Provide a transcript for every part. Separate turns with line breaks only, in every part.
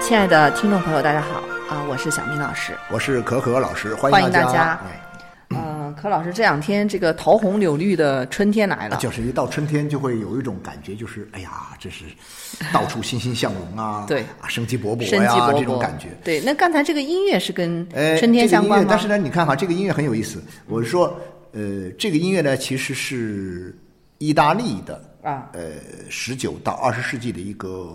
亲爱的听众朋友，大家好啊、我是小明老师。
我是可可老师，欢
欢迎
迎大
大家
哎
呃，可老师这两天这个桃红柳绿的春天来了，
哎啊就是一到春天就会有一种感觉，就是哎呀，这是到处欣欣向荣啊，
对
啊，生机勃勃
生
呀、
机勃勃
这种感觉。
对，那刚才这个音乐是跟
呃，
春天相关
这个音乐
吗？
但是呢，你看哈，这个音乐很有意思。我是说，呃，这个音乐呢，其实是意大利的
啊
呃，十九到二十世纪的一个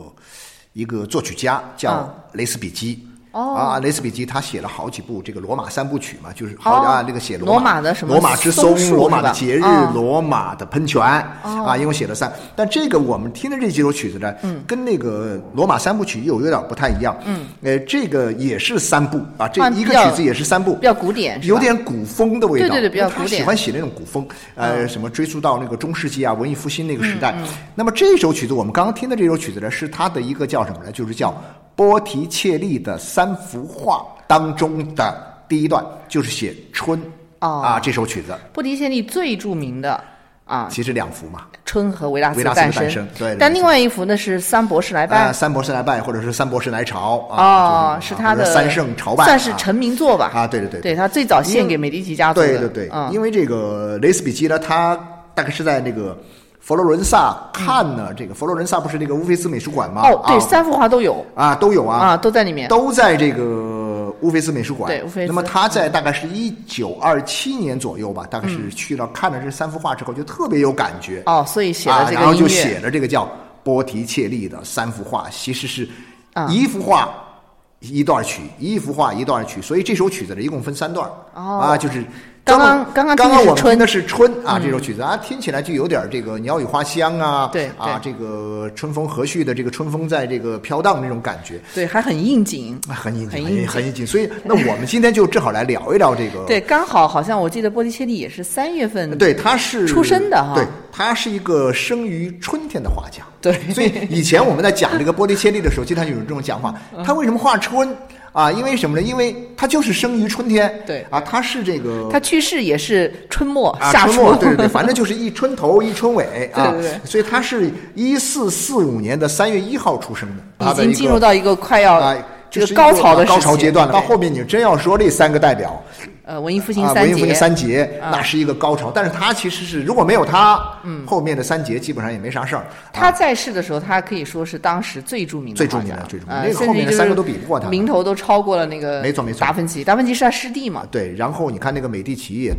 一个作曲家叫
啊
雷斯比基。
哦
啊，雷斯比基他写了好几部这个罗马三部曲嘛，就是好几
哦
啊，那个写
罗
马
马的什么
罗马之
松树
罗马
是吧
的节日
啊，
罗马的喷泉
哦
啊，因为写了三，但这个我们听的这几首曲子呢，
嗯
跟那个罗马三部曲又有点不太一样。嗯，呃，这个也是三部啊，这
啊
一
比
个
较
曲子也是三部
比，较古典，是吧
有点古风的味道。
对对对比较古典嗯
因为他喜欢写那种古风，呃，什么追溯到那个中世纪啊，文艺复兴那个时代。那么这首曲子，我们刚刚听的这首曲子呢，是他的一个叫什么呢？就是叫波提切利的三幅画当中的第一段，就是写春。
哦
啊，这首曲子
波提切利最著名的啊，
其实两幅嘛，
春和维纳斯
维纳斯的
诞
诞生对
但
没错
另外一幅呢是三博士来
啊，
拜。
三博士来拜，或者是三博士来朝啊，
哎哦，
就是啊
他
或者
的
三圣朝拜，
算是
啊
成名作吧。
啊对对对
对他最早献给美第奇家族的。
对对对，
嗯，
因为这个雷斯比基呢，他大概是在那个佛罗伦萨看呢，这个佛罗伦萨不是那个乌菲兹美术馆吗？
哦，对，
啊
三幅画都有
啊都有啊，
啊，都在里面。
都在这个乌菲兹美术馆。
对乌菲兹嗯
那么他在大概是一九二七年左右吧，大概是去了看了这三幅画之后，就特别有感觉。
哦，所以写了这
啊，然后
个音
就写
乐。
了这个叫波提切利的三幅画，其实是
啊
一幅画。一段曲，一幅画一段曲，所以这首曲子呢，一共分三段。
哦
啊，就是
刚刚刚
刚
刚听的
刚
是
我们
春嗯
听的是春啊，这首曲子啊，听起来就有点这个鸟语花香啊，
对
啊，这个春风和煦的这个春风在这个飘荡那种感觉，
对，还很应景。
啊很应景，
很
很
应
应很应景。所以，那我们今天就正好来聊一聊这个。
对，刚好好像我记得波提切利也是三月份。
对，他是
嗯出身的哈
对，他是一个生于春天的画家。
对
所以以前我们在讲这个波提切利的时候，经常有这种 讲法，
嗯
他为什么画春啊？因为什么呢？因为他就是生于春天。
对
啊，他是这个
他去世也是春末
啊，
夏
春
初
末，对对 对，反正就是一春头一春尾啊。
对对对
所以他是一四四五年的三月一号出生的，他
已
的
经
一个
进入到一个快要
啊
这
就
个
是一
高潮的时
高潮
期
阶段了。
对
到后面你真要说这三个代表，
呃文艺复兴
啊，
三
文艺
杰。啊
复兴三杰，那是一个高潮。但是他其实是如果没有他，嗯，后面的三杰基本上也没啥事儿。
他
啊
在世的时候，他可以说是当时最著名的
最
画
著名
家
的最著名
呃
那个
甚至
后面
就
的
是
三个都比不过他
名头都超过了那个
没错没错
达芬奇，达芬奇是他师弟嘛，
对，然后你看那个美第奇也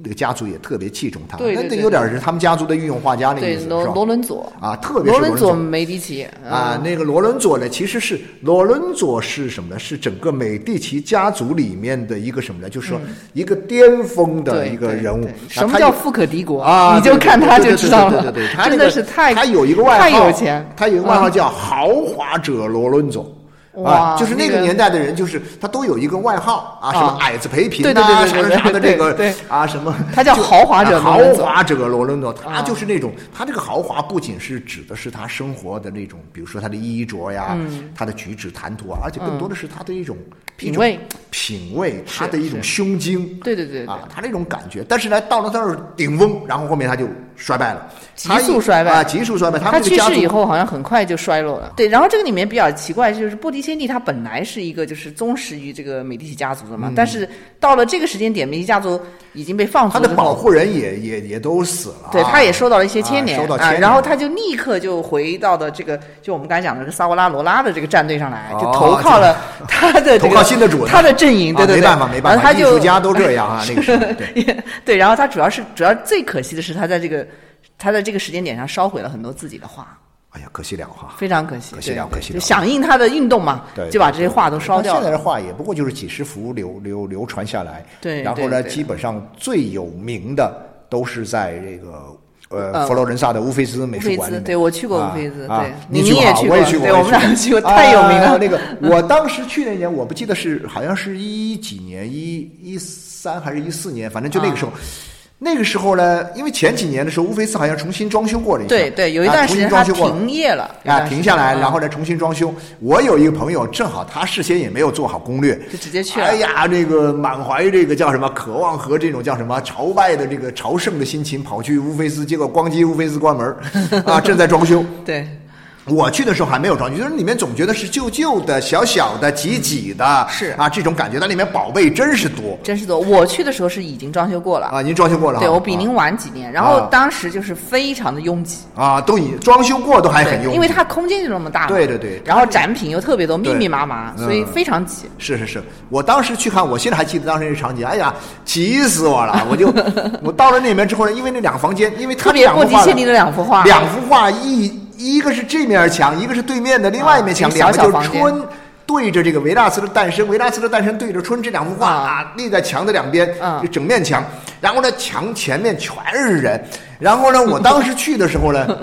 那个家族也特别器重他，
对对
那
对
那有点是他们家族的御用画家那个
对
意思是
罗罗
吧？
伦佐，
啊，特别
罗
是
伦佐嗯
佐
梅迪奇
啊，那个罗伦佐呢，其实是罗伦佐是什么呢？是整个美第奇家族里面的一个什么呢？就是说一个巅峰的
嗯对
一个
对
人物
对。
然
什
后
么
他
叫
又
富可敌国
啊，
你就看他就知道了，
对对对对 对对对对他
真
那
的
个
是太
他有一个外号，
太有钱，嗯
他有一个外号叫豪华者罗伦佐。
哇
啊，就是那
那
个
个
年代的人，就是他都有一个外号啊，
啊
什么矮子培平
对对
啊，
对
什
对对
么啥的
对
这个
对
啊，什么
他叫
就
豪华者罗
啊豪
伦佐
华者罗伦佐，
啊
他就是那种他这个豪华不仅是指的是他生活的那种，比如说他的衣着呀，他的举止谈吐啊，而且更多的是他的一种一
嗯品
种
味，
品味，他
是
的一种胸襟，
对对对对
啊，他那种感觉。但是呢，到了他那儿顶峰，然后后面他就衰败了，
急
他一
速衰败
啊，急速衰败。他
他
们这
去
个家
世以
族
后，好像很快就衰落了。对，然后这个里面比较奇怪，就是波提切利他本来是一个就是忠实于这个美第奇家族的嘛，但是到了这个时间点，美第奇家族已经被放
他
逐
的
之后，
保护人也也也都死了啊，
对，他也受到了一些牵连
啊受到
啊
牵，连
然后他就立刻就回到的这个，就我们刚才讲的这个萨沃拉罗拉的这个战队上来，就
哦
投靠了他的这个
投靠新的主人
他的阵营，对对对，
啊没办法没办
然后
法，
他
艺
就
术家都这样啊，那个时候对。
对，然后他主要是主要最可惜的是他在这个他在这个时间点上烧毁了很多自己的画。
哎呀，可惜了哈。
非常可惜，
可惜
对
了
对
可惜
就
了
响应他的运动嘛，
对，
就把这些画都烧掉
现在
了。
的画也不过就是几十幅流流流传下来，
对
然后
对
呢，
对
基本上最有名的都是在这个呃
呃
佛罗伦萨的乌菲兹美
乌
术
菲
馆里
兹，
面。
对我去过
啊
乌菲兹，
啊
对，
你
你也
去
去
过啊，我也去过，
对
也
我们俩去过，
啊
太有名了。
那个我当时去那年，我不记得是好像是一几年，一一三还是一四年，反正就那个时
啊
候。那个时候呢，因为前几年的时候，乌菲兹好像重新装修过了一下，
对对，有一
啊
段时
重
间
新
他
装修过了
停业了，嗯有
啊，
段时
停下来，
间
然后呢重新装修。我有一个朋友，正好他事先也没有做好攻略，
就直接去了
哎呀，这个满怀这个叫什么渴望和这种叫什么朝拜的这个朝圣的心情，跑去乌菲斯，结果咣叽乌菲斯关门儿 啊，正在装修。
对
我去的时候还没有装修，就是里面总觉得是旧旧的、小小的、挤挤的，
是
啊，这种感觉。但里面宝贝真是多
真是多。我去的时候是已经装修过了，
啊！您装修过了哈？
对我比您晚几年，然后
啊
当时就是非常的拥挤。
啊啊，都已装修过，都还
对
哎很用，
因为它空间就那么大嘛，
对对对
然后展品又特别多，密
对
密麻麻，所以
嗯
非常挤。
是是是，我当时去看，我现在还记得当时那个场景，哎呀，急死我了！我就我到了那里面之后呢，因为那两个房间，因为它
特别
两幅
波提
画
切利的两幅画，
两幅画一一个是这面墙，一个是对面的另外一面墙，
啊一个
两
小小
个就是
房间
春对着这个维纳斯的诞生，维纳斯的诞生对着春这两幅画
啊
啊立在墙的两边，
嗯
就整面墙。然后呢，墙前面全是人。然后呢，我当时去的时 候呢。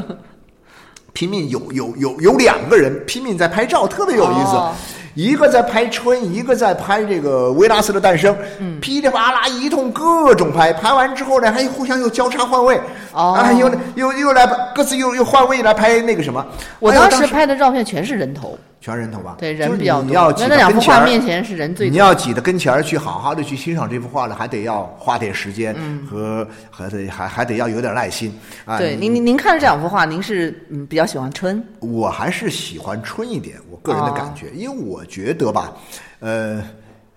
拼命有有有有两个人拼命在拍照，特别有意思。
哦
一个在拍春，一个在拍这个维纳斯的诞生，
嗯
噼里啪啦一通各种拍，拍完之后呢，还互相又交叉换位，
哦
啊，又又又来各自又又换位来拍那个什么。
我
哎呦
当
当
时拍的照片全是人头，
全人头吧，
对
就
人
是
比较
你
多。
要挤
那
到
那两
跟
幅
前
画
儿
面前是人最
你
多。
要挤到跟前儿去，好好的去欣赏这幅画了，还得要花点时间和、还得还还得要有点耐心啊。
嗯对，
你
您您您看这两幅画，您是嗯比较喜欢春，
我还是喜欢春一点，我个人的感
哦
觉，因为我觉得吧，呃，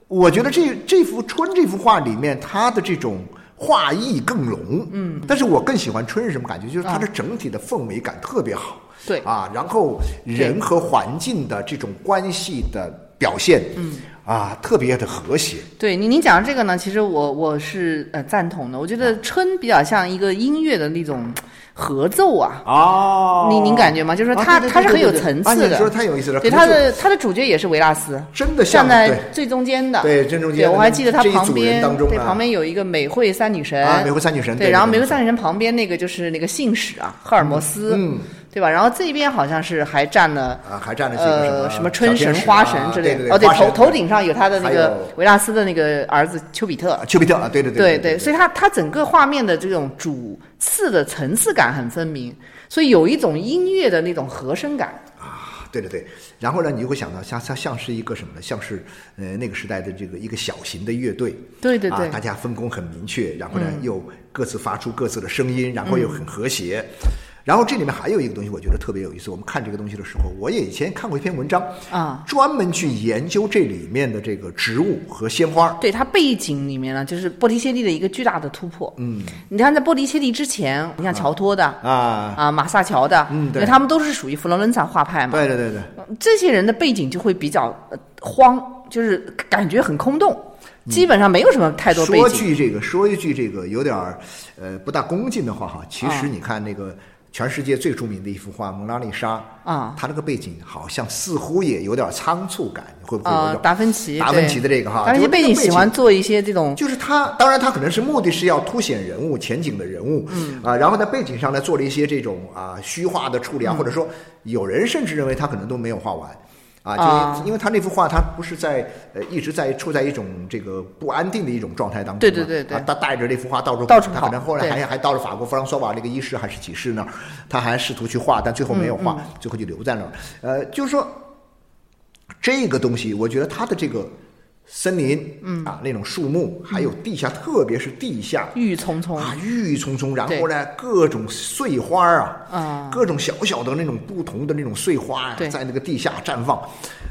我觉得这这幅春这幅画里面，它的这种画意更浓，嗯，但是我更喜欢春是什么感觉？就是
哦
它的整体的氛围感特别好，
对
啊，然后人和环境的这种关系的表现，嗯，啊，特别的和谐，
对您您讲的这个呢，其实我我是呃赞同的。我觉得春比较像一个音乐的那种合奏啊，
哦
您您感觉吗？就是说
啊
它、
对对
它是
对
很有
对对
层
啊
次
你
的，
说太有意思了，
对
可能
它
就
的它的主角也是维纳斯，
真的
站
像
在
对
最中间的，
对正中间的
对我还记得他
这一组
旁边
人当中
对
啊
旁边有一个美惠三女神
啊美惠三女神对
对，然后
对
美惠
对
三女神旁边那个就是那个信使啊，赫尔墨斯，
嗯，
对吧？然后这边好像是还站了。
啊，还站了几个什么、
呃，什么春神、
神、
花神之类
啊、
的，
对
哦，对，
花
头
神
头顶上有他的那
还
个
有
维纳斯的那个儿子丘比特
啊，丘比特啊，对对
对
对对
所以它它整个画面的这种主次的层次感很分明，所以有一种音乐的那种和声感。
对对对，然后呢，你就会想到像像像是一个什么呢？像是呃那个时代的这个一个小型的乐队，
对对嗯
啊，
对
大家分工很明确，然后呢、又各自发出各自的声
嗯
音，然后又很和谐。然后这里面还有一个东西，我觉得特别有意思。我们看这个东西的时候，我也以前看过一篇文章
啊，
专门去研究这里面的这个植物和鲜花儿。
对它背景里面呢，就是波提切利的一个巨大的突破。嗯，你看在波提切利之前，你像乔托的
啊
马萨乔的，
嗯对
因为他们都是属于佛罗伦萨画派嘛，
对对对对，
这些人的背景就会比较呃荒，就是感觉很空洞，基本上没有什么太多背
嗯说
景。
句这个，说一句这个有点儿呃不大恭敬的话
啊
哈，其实你看那个。全世界最著名的一幅画《蒙娜丽莎》
啊
它那个背景好像似乎也有点仓促感，会不会有
呃，
点？
达芬奇，
达芬
对
奇的这个哈
达芬
就
奇
是那
背
个
景
背
喜欢
景
做一些这种
就是他，当然他可能是目的是要凸显人物前景的人物，嗯啊，然后在背景上呢做了一些这种啊虚化的
嗯
处理啊，或者说有人甚至认为他可能都没有画完。啊，就
啊
因因为他那幅画，他不是在呃一直在处在一种这个不安定的一种状态当中嘛，
对对对对
啊他带着那幅画到处
到处
他
跑
可能后来
对
还还到了法国弗朗索瓦那个一世还是几世那儿，他还试图去画，但最后没有
嗯
画，最后就留在那儿。呃，就是说这个东西，我觉得它的这个森林，嗯啊那种树木，还有地下，特别是地下
郁郁葱葱。
啊，郁郁葱葱，然
嗯对
后呢，各种碎花儿
啊
啊，各种小小的那种不同的那种碎花啊
对，
在那个地下绽放，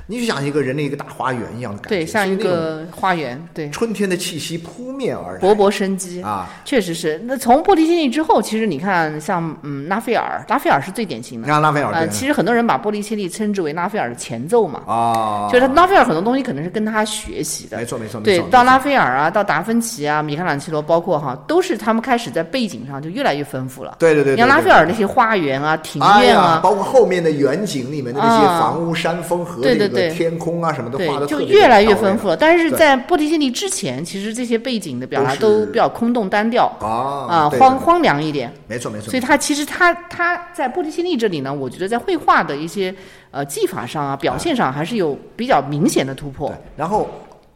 你就像一个人的一个大花园一样的感觉，
对，像一
所以那种
个花园，对，
春天的气息扑面而来
勃勃生机。
啊
确实是，那从波提切利之后，其实你看，像嗯拉斐尔，拉斐尔是最典型的。
让拉斐尔
呃，
对
其实很多人把波提切利称之为拉斐尔的前奏嘛，
啊，
就是他拉斐尔很多东西可能是跟他学习的
没。错没错没
对
错，，
到拉斐尔啊，到达芬奇啊，米开朗基罗，包括哈，都是他们开始在背景上就越来越丰富了。
对对对，
你像
对
拉
对
斐尔那些花园啊、庭
哎
院
呀
啊，
包括后面的远景里面的那些
啊
房屋、山峰和
对对
那个
对
天空啊什么的，画的
对，就越来越丰富了。但是
对
在波提切利之前，其实这些背景的表达
都
都
是
比较空洞单调
啊
啊，
对
荒
对
荒凉一点。
没错没错，
所以他其实他他在波提切利这里呢，我觉得在绘画的一些呃技法上啊、表现上还是有比较明显的突破
对。，哎然后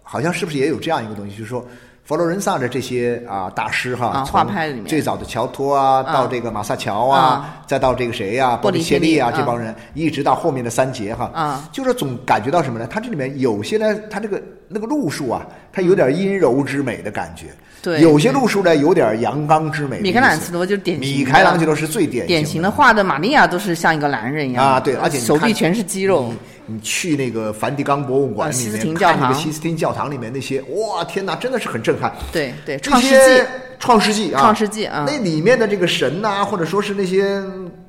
好像是不是也有这样一个东西，就是说佛罗伦萨的这些啊大师哈，
啊
从
画派里面
最早的乔托啊，
啊
到这个马萨乔啊，
啊
再到这个谁呀、啊，
波
波
利
利
切
切
利
利啊，
啊
这帮人，一直到后面的三杰哈，
啊
就是总感觉到什么呢？他这里面有些呢，他这个那个路数啊，他有点阴柔之美的感觉。
对
有些路数呢，有点阳刚之美的意思。
米开朗基罗就是典型的
米开朗基罗是最典型
典型的画的玛利亚都是像一个男人一样
啊，对，而且你
手臂
看
全是肌肉。
你。你去那个梵蒂冈博物
啊
馆
西
里
斯
面，
廷教
看那
堂
个西斯廷教堂里面那些，哇，天哪，真的是很震撼。
对对，
这
创世
些
纪，
创世纪啊，
创世纪啊
那里面的这个神呐、或者说是那些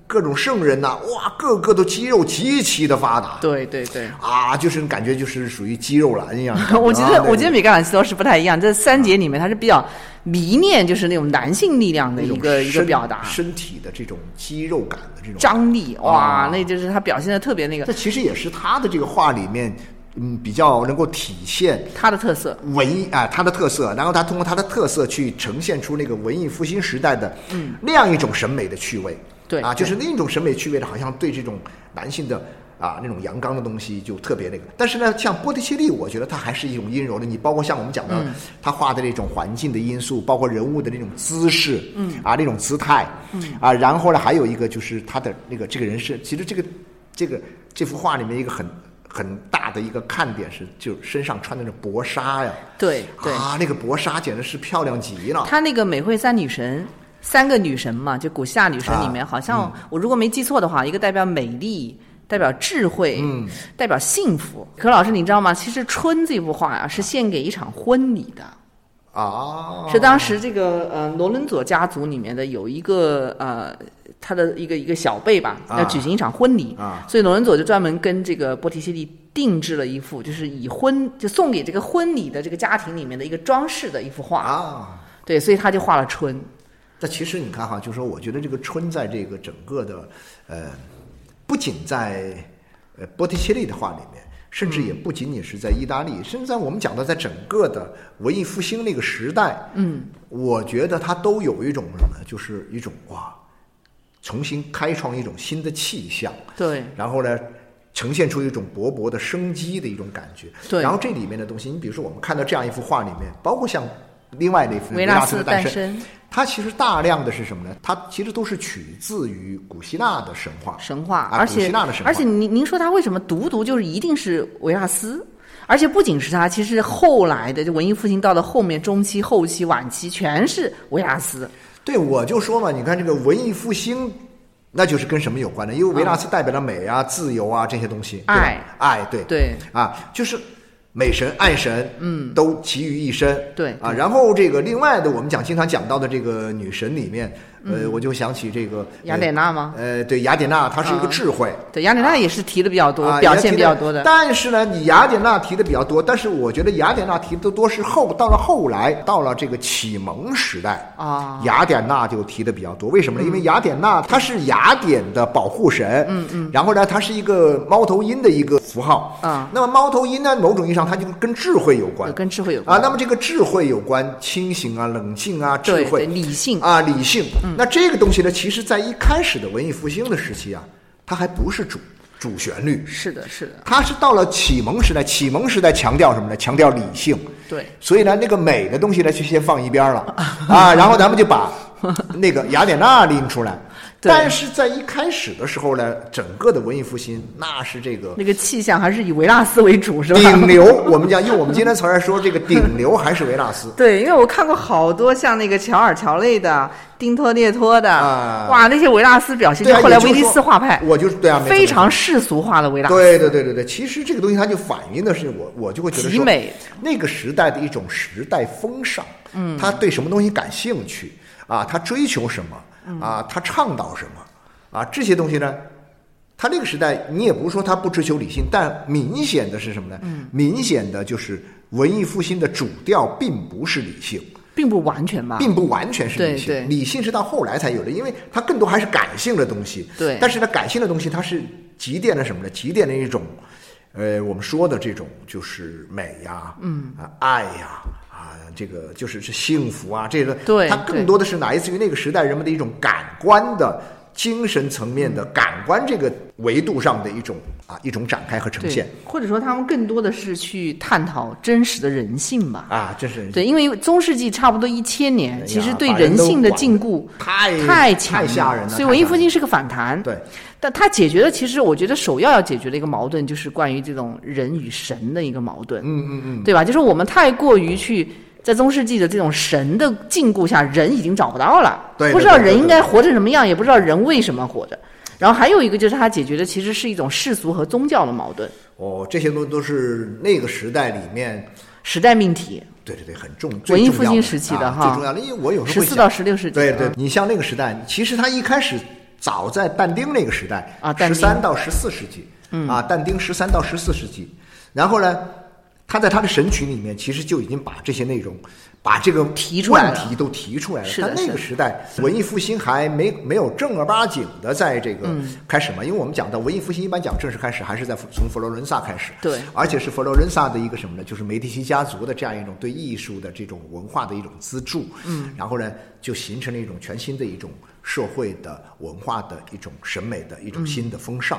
各种圣人呐、哇，个个都肌肉极其的发达，
对对对。
啊，就是感觉就是属于肌肉男一样的感啊。
我觉得，
那
我觉得
种
米开朗基罗是不太一样。这三节里面，他是比较迷恋，就是那种男性力量的
那
一
种
个一个
身
表达，
身体的这种肌肉感的这种
张力哇
啊，
那就是他表现的特别那个
这其实也是他的这个画里面，嗯，比较能够体现
他的特色。
文艺啊、它的特色，然后他通过他的特色去呈现出那个文艺复兴时代的嗯那样一种审美的趣味，
对
啊，就是那种审美趣味的，好像对这种男性的。啊，那种阳刚的东西就特别那个，但是呢，像波提切利，我觉得他还是一种阴柔的。你包括像我们讲的，
嗯
他画的那种环境的因素，包括人物的那种姿势，嗯，啊，那种姿态，嗯，啊，然后呢，还有一个就是他的那个这个人是，其实这个这个这幅画里面一个很很大的一个看点是，就身上穿的那薄纱呀，
对对，
啊，那个薄纱简直是漂亮极了。
他那个美惠三女神，三个女神嘛，就古希腊女神里面，
啊
好像、我如果没记错的话，一个代表美丽。代表智慧，嗯，代表幸福。可老师，你知道吗？其实《春》这幅画呀、是献给一场婚礼的，
啊，
是当时这个呃罗伦佐家族里面的有一个呃他的一个一个小辈吧，
啊
要举行一场婚礼，
啊
所以罗伦佐就专门跟这个波提切利定制了一幅，就是以婚就送给这个婚礼的这个家庭里面的一个装饰的一幅画。
啊。
对，所以他就画了春。
但其实你看哈，就是说，我觉得这个春在这个整个的，呃，不仅在呃波提切利的画里面，甚至也不仅仅是在意大利，甚至在我们讲的在整个的文艺复兴那个时代，嗯，我觉得它都有一种什么呢，就是一种哇，重新开创一种新的气象。
对，
然后呢，呈现出一种勃勃的生机的一种感觉。
对
然后这里面的东西，你比如说我们看到这样一幅画里面，包括像另外的一幅《
维
嗯维
纳
纳
斯
斯
的
的
诞
诞
生
生》，它其实大量的是什么呢？它其实都是取自于古希腊的神话。
神话，
啊
而且
古希腊的神话
而且您您说他为什么独独就是一定是维纳斯？而且不仅是他，其实后来的就文艺复兴到了后面中期、后期、晚期，全是维纳斯。
对，我就说嘛，你看这个文艺复兴。那就是跟什么有关呢？因为维纳斯代表了美啊、自由啊这些东西，对吧
嗯爱
爱，对
对
啊，就是美神、爱神，嗯，都集于一身，
对
啊。然后这个另外的，我们讲经常讲到的这个女神里面，呃，我就想起这个
嗯雅典娜吗？
呃，呃对，雅典娜，她是一个
嗯
智慧。
对，雅典娜也是提的比较多，
啊，
表
也提
现
得
比较多的。
但是呢，你雅典娜提的比较多，但是我觉得雅典娜提的多是后到了后来，到了这个启蒙时代
啊嗯
雅典娜就提的比较多。为什么呢？因为雅典娜她是雅典的保护神，嗯嗯，然后呢，她是一个猫头鹰的一个符号，
啊
那么猫头鹰呢，某种意义上它就跟智慧有关，
跟智慧有关
啊，那么这个智慧有关，清醒啊、冷静啊、智
对
慧
对，理性嗯
啊、理性。那这个东西呢，其实在一开始的文艺复兴的时期啊，它还不是主主旋律，
是的，是的，
它是到了启蒙时代，启蒙时代强调什么呢？强调理性。
对，
所以呢，那个美 的东西呢，就先放一边儿了啊，然后咱们就把那个雅典娜拎出来，
对
但是在一开始的时候呢，整个的文艺复兴那是这 个
那个气象还是以维纳斯为主，是吧？
顶流。我们讲用我们今天词儿来说，这个顶流还是维纳 斯。
对，因为我看过好多像那个乔尔乔内的、丁托涅托的，
啊
哇，那些维纳斯表现，
对啊
后来
也就是
威尼
说
斯画派，
我就是对啊，没错
非常世俗化的维
没
纳
错
斯，
对对对对对。其实这个东西它就反映的是我，我就会觉得
极
说
美
那个时代的一种时代风尚。嗯，他对什么东西感兴趣啊？他追求什
嗯
么啊？他倡导什么啊？这些东西呢？他那个时代，你也不是说他不追求理性，但明显的是什么呢？
嗯
明显的就是文艺复兴的主调并不是理性。
并不完全吧？
并不完全是理
啊对对
性，理性是到后来才有的，因为它更多还是感性的东西。
对
但是呢，感性的东西它是积淀了什么呢？积淀了一种，呃，我们说的这种就是美呀，嗯，啊，爱呀，啊，这个就是是幸福啊，这个，
对
它
对
更多的是来自于那个时代人们的一种感官的。精神层面
嗯
的感官这个维度上的一种啊一种展开和呈现
对，或者说他们更多的是去探讨真实的人性吧。
啊，这是
对，因为中世纪差不多一千
哎
年，
呀
其实对
把人
人
都
性的
管
禁锢
太
太强
太
了，
吓人了，
所以
太
文艺
吓
复
人
兴是个反弹。
了对
但它解决的其实我觉得首要要解决的一个矛盾就是关于这种人与神的一个矛盾，
嗯嗯嗯
对吧？就是我们太过于去在中世纪的这种神的禁锢下，人已经找不到了，
对对
不知道
对对
人应
对
该活成什么样，也不知道人为什么活着。然后还有一个就是它解决的其实是一种世俗和宗教的矛盾，
哦，这些都都是那个时代里面，
时代命题，
对对对，很重，
文艺
最重
复
要
兴
的
时期
啊
的哈
最重要的，因为我有时
十
候会
四到
想，
十六世纪。
对对
嗯，
你像那个时代，其实他一开始早在但丁那个时代
啊但
十
丁嗯
三到十四世纪，啊，但丁十三到十四世纪，然后呢，他在他的《神曲》里面其实就已经把这些内容，把这个
提出来了
问题都提出来了。
是的
但那
是
个
的
时代，文艺复兴还没没有正儿八经的在这个
嗯
开始嘛，因为我们讲到文艺复兴，一般讲正式开始还是在佛从佛罗伦萨开始。
对
而且是佛罗伦萨的一个什么呢？就是梅第奇家族的这样一种对艺术的这种文化的一种资助，嗯，然后呢，就形成了一种全新的一种社会的文化的一种审美的一种新的风尚。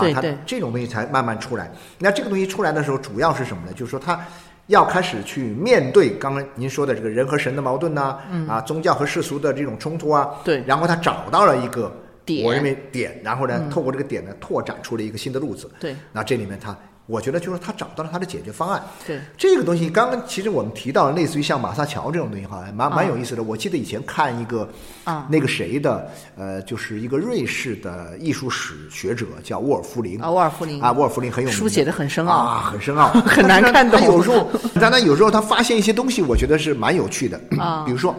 嗯对
它
对
这种东西才慢慢出来。那这个东西出来的时候，主要是什么呢？就是说它要开始去面对刚刚您说的这个人和神的矛盾呐、啊，宗教和世俗的这种冲突啊，
嗯对
然后他找到了一个
点
我认为点，然后呢，透过这个点呢，拓展出了一个新的路子。
嗯对，
那这里面他，我觉得就是他找到了他的解决方案。
对，
这个东西，刚刚其实我们提到了，类似于像马萨乔这种东西，好像蛮蛮有意思的。我记得以前看一个
啊
那个谁的，呃，就是一个瑞士的艺术史学者叫沃尔夫林
啊，沃尔夫林
啊，，沃尔夫林很有名，
书写得很深奥
啊，很深奥，
很难看懂
但是他有时候， 但他有时候他发现一些东西，我觉得是蛮有趣的
啊
比如说。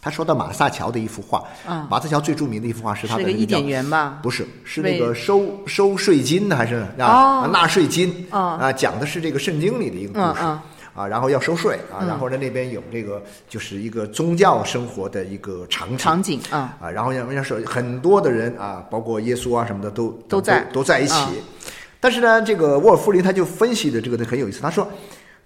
他说到马萨乔的一幅画，
啊
马萨乔最著名的一幅画是他
是
的
一个
那
伊
叫
甸园吧？
不是，是
为
那个收收税金的还是啊
哦
纳税金
啊
啊，讲的是这个圣经里的一个故事
嗯
啊，然后要收税啊，然后呢那边有这个就是一个宗教生活的一个场景
场景啊。
啊，然后人家说很多的人啊，包括耶稣啊什么的都
都在
都在一起
啊。
但是呢，这个沃尔夫林他就分析的这个很有意思，他说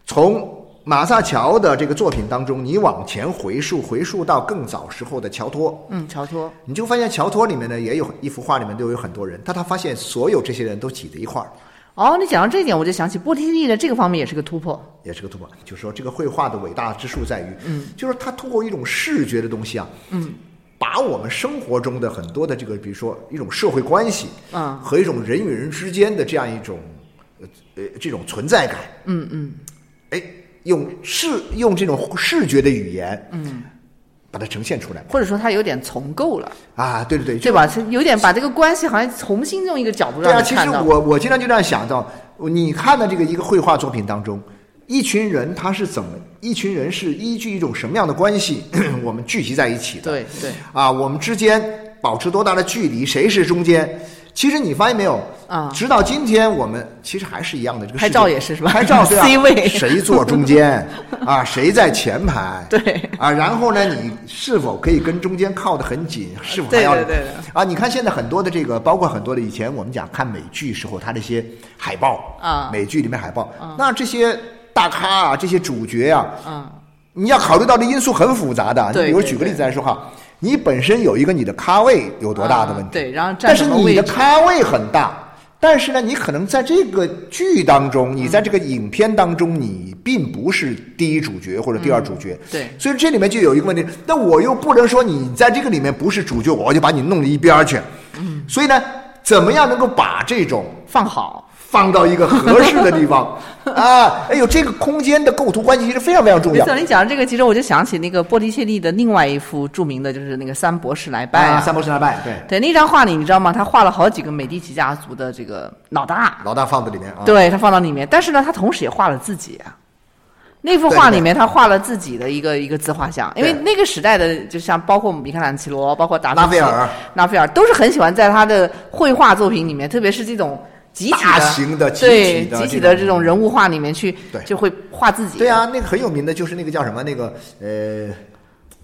从。马萨乔的这个作品当中，你往前回溯，回溯到更早时候的乔托，
嗯，乔托，
你就发现乔托里面呢也有一幅画里面都有很多人，但他发现所有这些人都挤在一块儿，
哦，你讲到这一点，我就想起波提利的这个方面也是个突破。
也是个突破。就是说这个绘画的伟大之处在于，嗯，就是他通过一种视觉的东西啊，嗯，把我们生活中的很多的这个，比如说一种社会关系，
嗯
和一种人与人之间的这样一种呃呃这种存在感，嗯嗯，哎，用视用这种视觉的语言，嗯，把它呈现出来
或者说他有点重构了，
啊，对对对，就
对吧？是有点把这个关系好像重新用一个角度
对
让
啊，
你
其
看
实
到。
我我经常就这样想到，你看的这个一个绘画作品当中，一群人他是怎么，一群人是依据一种什么样的关系， 我们聚集在一起的？
对对
啊，我们之间保持多大的距离，谁是中间？其实你发现没有
啊
直到今天我们其实还是一样的，这个
拍
世界
照也是是吧
拍照对啊
C 位
谁坐中间啊？谁在前排？
对
啊，然后呢，你是否可以跟中间靠得很紧？是否还
对
要
对对对
啊？你看现在很多的这个，包括很多的以前我们讲看美剧时候，它那些海报
啊
美剧里面海报，那这些大咖啊，这些主角啊，
嗯，
你要考虑到的因素很复杂的。
对
你比如
对
举个例子
对
来说哈，你本身有一个你的咖位有多大的问题，
啊对然后
但
站
是
什么
你的
位置
咖位很大，但是呢，你可能在这个剧当中，你在这个影片当中，你并不是第一主角或者第二主角。
嗯对
所以这里面就有一个问题，那我又不能说你在这个里面不是主角，我就把你弄到一边儿去。嗯。所以呢，怎么样能够把这种
放好。
放到一个合适的 地方啊？哎呦，这个空间的构图关系其实非常非常重
没
要
错，。你讲这个，其实我就想起那个波提切利的另外一幅著名的，就是那个《三博士来拜》
啊，三博士来拜，对，
对，那张画里你知道吗？他画了好几个美第奇家族的这个老大，
老大放在里面啊。
对他放到里面，但是呢，他同时也画了自己啊。那幅
对
画
对
里面，他画了自己的一个一个自画像，因为
对
那个时代的，就像包括米开朗基罗，包括达
拉
芬奇
斐尔、
拉斐尔，都是很喜欢在他的绘画作品里面，特别是这种集体
大型的集体
对
的
集体
这
的
种
这种人物画里面去
对，
就会画自己。
对，啊，那个很有名的就是那个叫什么那个呃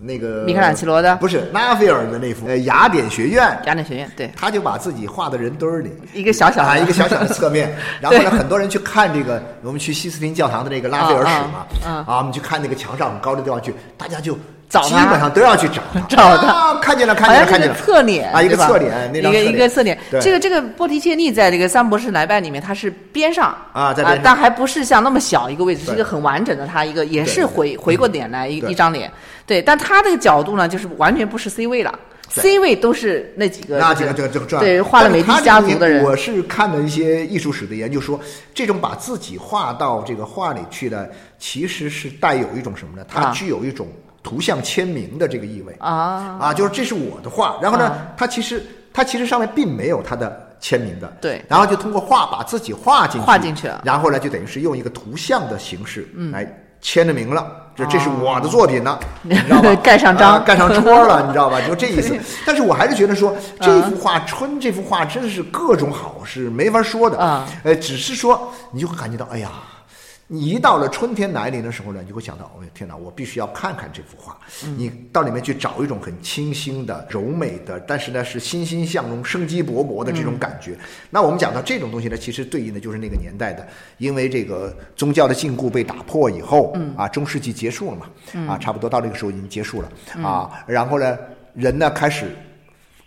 那个
米开朗基罗的
不是拉斐尔的那幅呃雅典学院，
雅典学院对
他就把自己画到人堆儿里。
一个小小
啊，
的
一个小小的 侧面，然后呢，
对
很多人去看这个，我们去西斯廷教堂的那个拉斐尔史嘛，
啊啊啊
我们去看那个墙上很高的地方去，大家就
找
基
他
本上都要去找他，
找他
啊，看见了，看
好
见了，
像
看
是个
见了，
侧脸
啊，一个
对吧
侧脸，那
一
张
个一个侧脸。
对
这个这个波提切利在这个三博士来拜里面，它是边上
啊在边上
但还不是像那么小一个位置，是
对
一个很完整的，它一个也
对
是回回过脸来一
对
一张脸，对，但它这个角度呢，就是完全不是 C 位了
对
，C 位都是那几个
那
就是
这个这个这个赚了。
对画了美第
但是
家
他这个
族的人，
我是看了一些艺术史的研究说，这种把自己画到这个画里去的，其实是带有一种什么呢？它
啊
具有一种图像签名的这个意味
啊
就是这是我的画。然后呢
啊，
它其实它其实上面并没有它的。签名的，
对
然后就通过画把自己画进去，
画进去了？
然后呢，就等于是用一个图像的形式来签了名了，这这是我的作品了，你知道吧
哦 盖上章
啊盖上戳了，你知道吧？就这意思。但是我还是觉得说，这幅画《春》这幅画真的是各种好，是没法说的。
啊
呃，只是说你就会感觉到，哎呀，你一到了春天来临的时候呢，你就会想到，哎，天哪，我必须要看看这幅画。你到里面去找一种很清新的、柔美的，但是呢是欣欣向荣、生机勃勃的这种感觉。那我们讲到这种东西呢，其实对应的就是那个年代的，因为这个宗教的禁锢被打破以后，啊，中世纪结束了嘛，啊，差不多到这个时候已经结束了、啊，然后呢，人呢开始。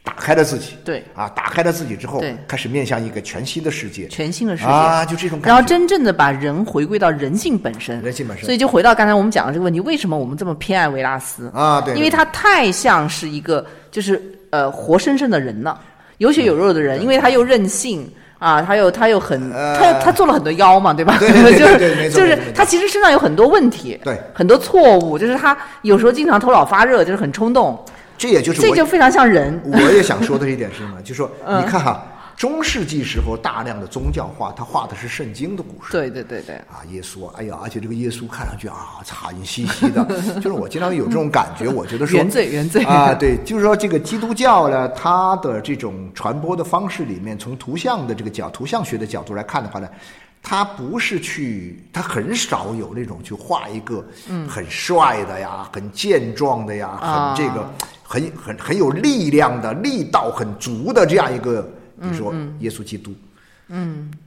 打开了自己，
对
啊，打开了自己之后
对，
开始面向一个全新的世界，
全新的世界
啊，就这种感觉。
然后真正的把人回归到人性本身，
人性本身
所以就回到刚才我们讲的这个问题，为什么我们这么偏爱维纳斯
啊对对
因为他太像是一个就是呃活生生的人了，有血有肉的人，因为他又任性。啊，他又他又很，
嗯呃
他他做了很多妖嘛，对吧？
对对 对
就是
对对没错
就是
没错没错
他其实身上有很多问题，
对
很多错误，就是他有时候经常头脑发热，就是很冲动，
这也就是
这
我
就非常像人。
我也想说的一点是什么？就说
嗯
你看哈，中世纪时候大量的宗教画，它画的是圣经的故事。
对对对对，
啊，耶稣，哎呀，而且这个耶稣看上去啊，惨兮兮的， 就是我经常有这种感觉，我觉得说
原罪原罪
啊，对，就是说这个基督教呢，它的这种传播的方式里面，从图像的这个角，图像学的角度来看的话呢。它不是去，它很少有那种去画一个很帅的呀、很健壮的呀、
嗯啊
很这个、很很很有力量的、力道很足的这样一个，比
嗯
如说耶稣基督，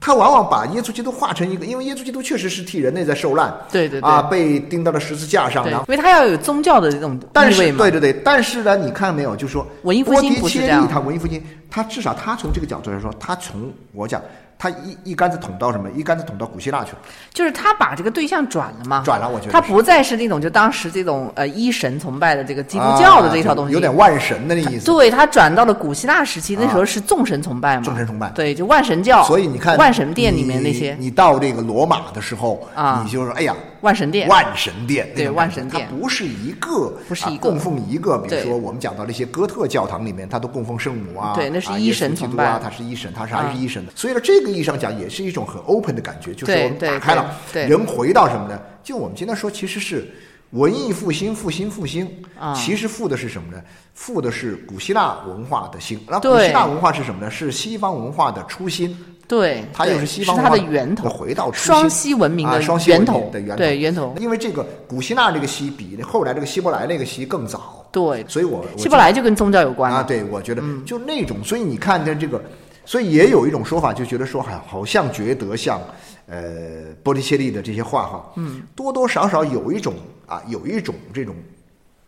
他往往把耶稣基督化成一个，因为耶稣基督确实是替人类在受难，
对对对
啊，被钉到了十字架上，
对，因
然后
为他要有宗教的这种
但
意味
是
嘛，
对对对，但是呢，你看没有，就说
文艺复
波
兴
提
不是
切
这样
利他文艺复兴，他至少他从这个角度来说，他从我讲，他一一竿子捅到什么，一竿子捅到古希腊去了，
就是他把这个对象转了嘛，
转了我觉得
他
是
不再是那种就当时这种呃一神崇拜的这个基督教的这一套东西，
啊有点万神的那意思。
对他转到了古希腊时期，那
啊
时候是众神崇拜嘛，
众神崇拜
对，就万神教，
所以你看，
万神殿里面那些
你，你到这个罗马的时候，
啊
你就说，哎呀，
万神殿，
万神殿，那
对
种
万
感觉
神殿
它不是一个，
不是
啊
一个
供奉一个。比如
对
说我们讲到那些哥特教堂里面，它都供奉圣母啊，
对那是
啊
一
耶稣
神
基督
崇拜
啊，它是一神，它是还
啊
是一神的。所以呢，这个意义上讲，也是一种很 open 的感觉，就是
对
我们
对
打开了，
对对
人回到什么呢？就我们今天说，其实是。文艺复兴，复兴，复兴，
啊
其实复的是什么呢？复的是古希腊文化的兴。那古
对
希腊文化是什么呢？是西方文化的初心。
对，
它又
对
是西方
是
文
它
化
的源头，
回到初
双
心
溪文明
啊
的
双溪文
源
明
头
的源头，
对源头，
因为这个古希腊这个希比后来这个希伯来那个希更早，
对，
所以我我
希伯来嗯就跟宗教有关
啊，
了，
对，我觉得就那种，所以你看它这个，所以也有一种说法，就觉得说，哎，好像觉得像呃波提切利的这些画哈，嗯，多多少少有一种啊，有一种这种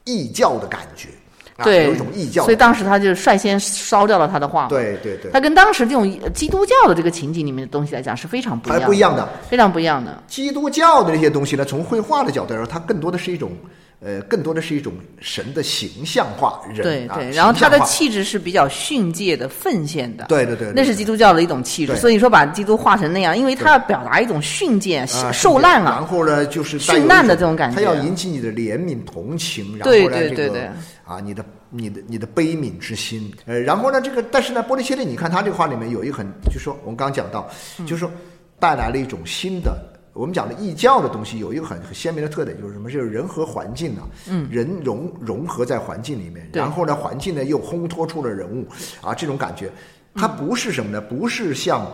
异教的感觉。啊，
对，
有一种异教的
所以当时他就率先烧掉了他的画嘛。
对对对，
他跟当时这种基督教的这个情景里面的东西来讲是非常不一
还
样
是不一样的。
非常不一样的。
基督教的这些东西呢，从绘画的角度来说，它更多的是一种，呃，更多的是一种神的形象化，人
对
啊
对，然后他的
形象化
气质是比较训诫的、奉献的。
对对对对
那是基督教的一种气质。
对
所以说，把基督画成那样，因为他要表达一种训诫、
啊
受难啊
然，后呢就是带有
殉难的
一
这种感觉
它要引起你的怜悯同情，然后
对
呢
对
这
对
个
对
啊，你的你的你的悲悯之心，呃，然后呢这个，但是呢，波利切利，你看他这个画里面有一个很，就说我们刚刚讲到，
嗯
就是说带来了一种新的。我们讲的异教的东西有一个很很鲜明的特点，就是什么？就是人和环境啊，嗯，人融融合在环境里面，
对
然后呢，环境呢又烘托出了人物啊，这种感觉，它
嗯
不是什么呢？不是像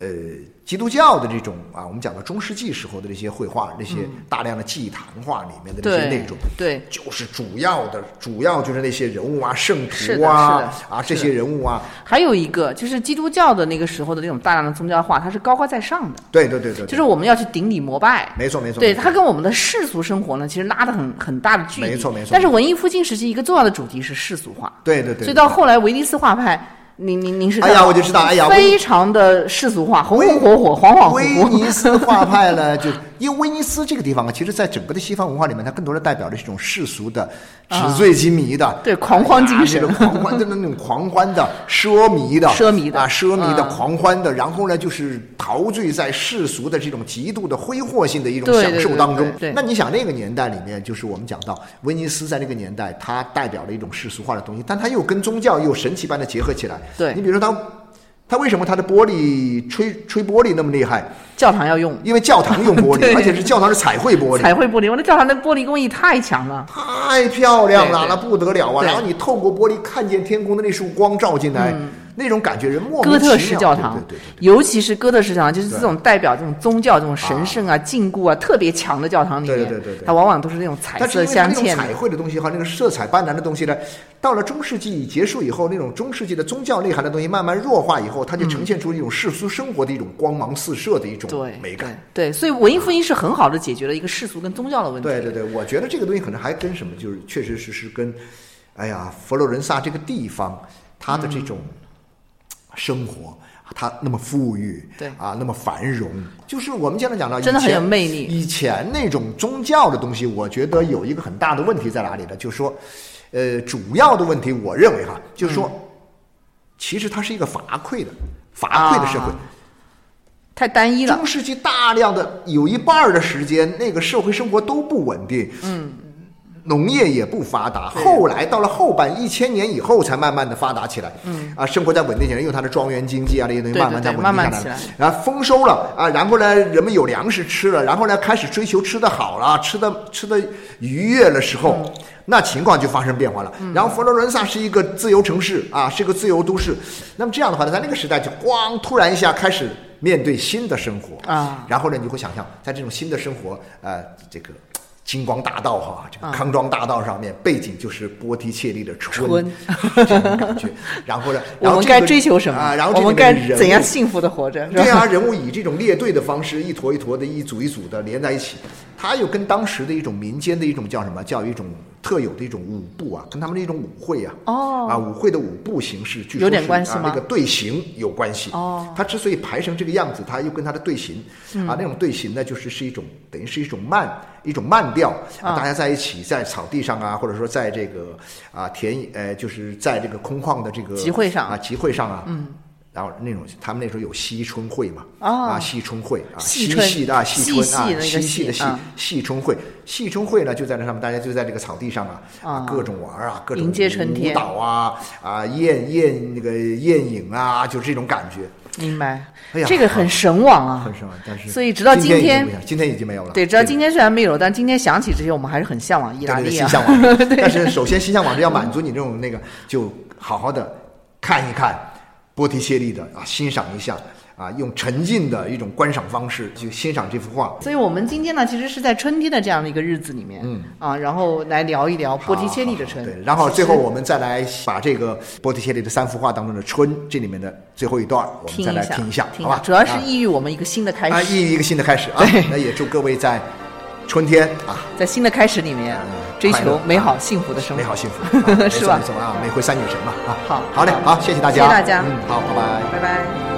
呃基督教的这种啊，我们讲的中世纪时候的这些绘画，那些大量的祭坛画里面的这些
嗯对
内容，
对
就是主要的主要就是那些人物啊、圣
是
徒
的
啊
是的
啊这
是
些人物啊，
还有一个就是基督教的那个时候的那种大量的宗教画，它是高高在上的，
对对对对，对
就是我们要去顶礼膜拜。
没错没错，
对，
没错
它跟我们的世俗生活呢，其实拉得很很大的距离。
没错没错
但是文艺复兴时期一个重要的主题是世俗化，
对对对，
所以到后来维尼斯画派，您您您是
哎呀我就知道哎呀我
非常的世俗化，红
威
红火火，恍恍
威
惚惚。
尼斯画派呢，就因为威尼斯这个地方啊，其实在整个的西方文化里面，它更多的代表的是一种世俗的、
啊
纸醉金迷的、
对狂欢精神
哎呀那种狂欢的那种狂欢的、奢靡的、
奢靡的
啊，奢靡的、
嗯
狂欢的，然后呢，就是陶醉在世俗的这种极度的挥霍性的一种
对
享
对
受
对
当中。
对对
那你想那个年代里面，就是我们讲到威尼斯在那个年代，它代表了一种世俗化的东西，但它又跟宗教又神奇般的结合起来。
对
你比如说它。它为什么它的玻璃吹吹玻璃那么厉害？
教堂要用
因为教堂用玻
对
璃，而且是教堂是彩绘玻璃，
彩绘玻璃，我那教堂的玻璃工艺太强了。
太漂亮了，
对对
那不得了啊！
对
然后你透过玻璃看见天空的那束光照进来，那种感觉人莫名
嗯哥
其
特式
妙
教堂，
对对对对
尤其是哥特式教堂，就是这
对
种代表这种宗教、这种神圣啊、禁锢啊特别强的教堂里面，
对对对对对
它往往都是那种彩
但是因
色
为它
镶
那种
嵌的。
彩绘的东西和那个色彩斑斓的东西呢，到了中世纪结束以后，那种中世纪的宗教内涵的东西慢慢弱化以后，它就呈现出一种世俗生活的一种光芒四射的一种
对，
美感。
对，对所以文艺复兴是很好的解决了一个世俗跟宗教的问题。
对对对，我觉得这个东西可能还跟什么，就是确实是是跟，哎呀，佛罗伦萨这个地方，它的这种
嗯
生活，它那么富裕，
对
啊，那么繁荣，就是我们经常讲到，
真的很有魅力
以前那种宗教的东西，我觉得有一个很大的问题在哪里呢？就是说，呃，主要的问题，我认为哈，就
嗯
是说，其实它是一个罚跪的，罚跪的社会。
啊太单一了
中。世纪大量的有一半儿的时间，那个社会生活都不稳定，嗯，农业也不发达。
对
后来到了后半一千年以后，才慢慢的发达起来，嗯，啊，生活在稳定起来，用它的庄园经济啊这些东西
对对
慢慢
对
才稳定
慢慢
下
起来
来，然后丰收了啊，然后呢，人们有粮食吃了，然后呢，开始追求吃的好了，吃的吃的愉悦的时
嗯
候。那情况就发生变化了。然后佛罗伦萨是一个自由城市啊，是个自由都市。那么这样的话呢，在那个时代就咣突然一下开始面对新的生活
啊
然后呢，你会想象在这种新的生活，呃，这个金光大道哈、这个
啊
康庄大道上面，背景就是波提切利的春，这种感觉。然后呢，
我
然后
们
这
该
个
追求什么？
啊？然后这
我们
里面的
该
人
怎样
物
幸福的活着？是吧
对啊，人物以这种列队的方式，一坨一坨的，一组一组的连在一起，它又跟当时的一种民间的一种叫什么，叫一种特有的一种舞步啊，跟他们的一种舞会啊，
哦
啊舞会的舞步形式，据说
有点
是
关系
啊
吗
那个队形有关系。
哦，嗯
它之所以排成这个样子，它又跟它的队形、啊，那种队形呢，就是是一种等于是一种慢一种慢调啊，
啊
大家在一起在草地上啊，或者说在这个啊田野呃，就是在这个空旷的这个
集会上
啊集会上啊，嗯。然后那种他们那时候有惜春会嘛，
哦
啊惜春会啊，
惜
嬉
春
戏的啊戏
嬉
春
戏
啊
那个
嬉戏的
戏
戏
啊
戏春会，戏春会呢就在那上面，大家就在这个草地上啊
啊
啊各种玩啊，各种
迎接春天
舞蹈啊啊宴宴那个宴饮啊，就是这种感觉，
明白
哎呀，
这个很神往啊
很。神往。但是
所以直到
今
今天
已经不一样今天已经没有了，
对，直到今天虽然没有，但今天想起这些，我们还是很向往意
对
大
对对
利
西
啊。
向 往，但是首先西向往是要满足你这种那个，就好好的看一看波提切利的啊，欣赏一下啊，用沉浸的一种观赏方式去欣赏这幅画。
所以我们今天呢，其实是在春天的这样的一个日子里面，
嗯
啊，然后来聊一聊波提切利的春。
好啊好好对，然后最后我们再来把这个波提切利的三幅画当中的《春》这里面的最后一段，我们
听
再
一
来
下，
听一下，
听
好吧？
主要是
啊
抑郁我们一个新的开
啊，
始。
意义一个新的开始啊！那也祝各位在春天啊，
在新的开始里面追
快乐
求
啊
美好幸福的生活
美。好幸福， 啊没
是
错
吧
没错啊，美回三女神嘛啊，
好
好嘞，好，谢谢大家啊，
谢谢大家
嗯，好，拜
拜
拜。
拜。